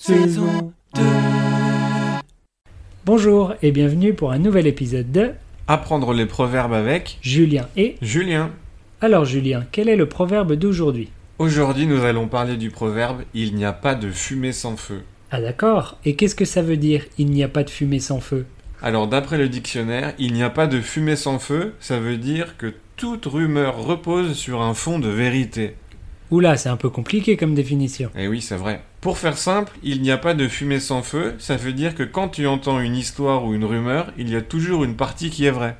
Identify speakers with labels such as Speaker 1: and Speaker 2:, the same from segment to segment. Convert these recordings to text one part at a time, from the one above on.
Speaker 1: saison 2.
Speaker 2: Bonjour et bienvenue pour un nouvel épisode de
Speaker 1: Apprendre les proverbes avec
Speaker 2: Julien et...
Speaker 1: Julien.
Speaker 2: Alors Julien, quel est le proverbe d'aujourd'hui
Speaker 1: Aujourd'hui, nous allons parler du proverbe Il n'y a pas de fumée sans feu.
Speaker 2: Ah d'accord, et qu'est-ce que ça veut dire il n'y a pas de fumée sans feu
Speaker 1: Alors, d'après le dictionnaire, il n'y a pas de fumée sans feu, ça veut dire que toute rumeur repose sur un fond de vérité.
Speaker 2: Oula, c'est un peu compliqué comme définition.
Speaker 1: Eh oui, c'est vrai. Pour faire simple, il n'y a pas de fumée sans feu, ça veut dire que quand tu entends une histoire ou une rumeur, il y a toujours une partie qui est vraie.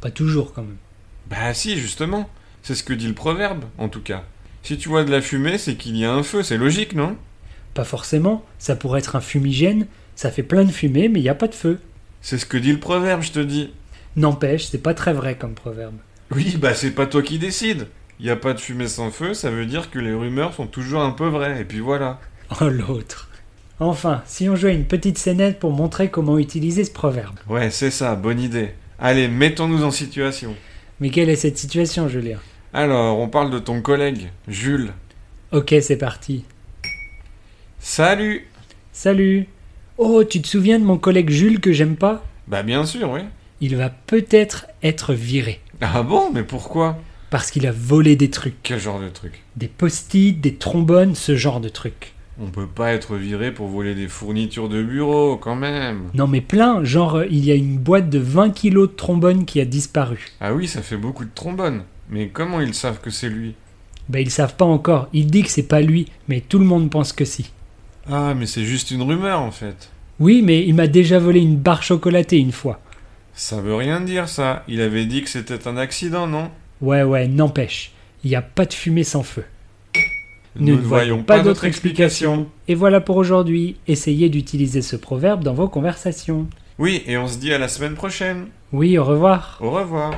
Speaker 2: Pas toujours quand même.
Speaker 1: Bah si, justement. C'est ce que dit le proverbe, en tout cas. Si tu vois de la fumée, c'est qu'il y a un feu, c'est logique, non
Speaker 2: Pas forcément, ça pourrait être un fumigène, ça fait plein de fumée mais il n'y a pas de feu.
Speaker 1: C'est ce que dit le proverbe, je te dis.
Speaker 2: N'empêche, c'est pas très vrai comme proverbe.
Speaker 1: Oui, bah c'est pas toi qui décides. Il n'y a pas de fumée sans feu, ça veut dire que les rumeurs sont toujours un peu vraies, et puis voilà.
Speaker 2: Oh l'autre. Enfin, si on jouait une petite scénette pour montrer comment utiliser ce proverbe.
Speaker 1: Ouais, c'est ça, bonne idée. Allez, mettons-nous en situation.
Speaker 2: Mais quelle est cette situation, Julien
Speaker 1: Alors, on parle de ton collègue, Jules.
Speaker 2: Ok, c'est parti.
Speaker 1: Salut
Speaker 2: Salut Oh, tu te souviens de mon collègue Jules que j'aime pas
Speaker 1: Bah bien sûr, oui.
Speaker 2: Il va peut-être être viré.
Speaker 1: Ah bon, mais pourquoi
Speaker 2: Parce qu'il a volé des trucs.
Speaker 1: Quel genre de truc
Speaker 2: Des post-it, des trombones, ce genre de trucs.
Speaker 1: On peut pas être viré pour voler des fournitures de bureau, quand même.
Speaker 2: Non mais plein, genre euh, il y a une boîte de 20 kilos de trombones qui a disparu.
Speaker 1: Ah oui, ça fait beaucoup de trombones. Mais comment ils savent que c'est lui
Speaker 2: Ben ils savent pas encore, il dit que c'est pas lui, mais tout le monde pense que si.
Speaker 1: Ah, mais c'est juste une rumeur, en fait.
Speaker 2: Oui, mais il m'a déjà volé une barre chocolatée une fois.
Speaker 1: Ça veut rien dire, ça. Il avait dit que c'était un accident, non
Speaker 2: Ouais ouais, n'empêche, il n'y a pas de fumée sans feu.
Speaker 1: Nous ne voyons pas d'autre explication.
Speaker 2: Et voilà pour aujourd'hui, essayez d'utiliser ce proverbe dans vos conversations.
Speaker 1: Oui, et on se dit à la semaine prochaine.
Speaker 2: Oui, au revoir.
Speaker 1: Au revoir.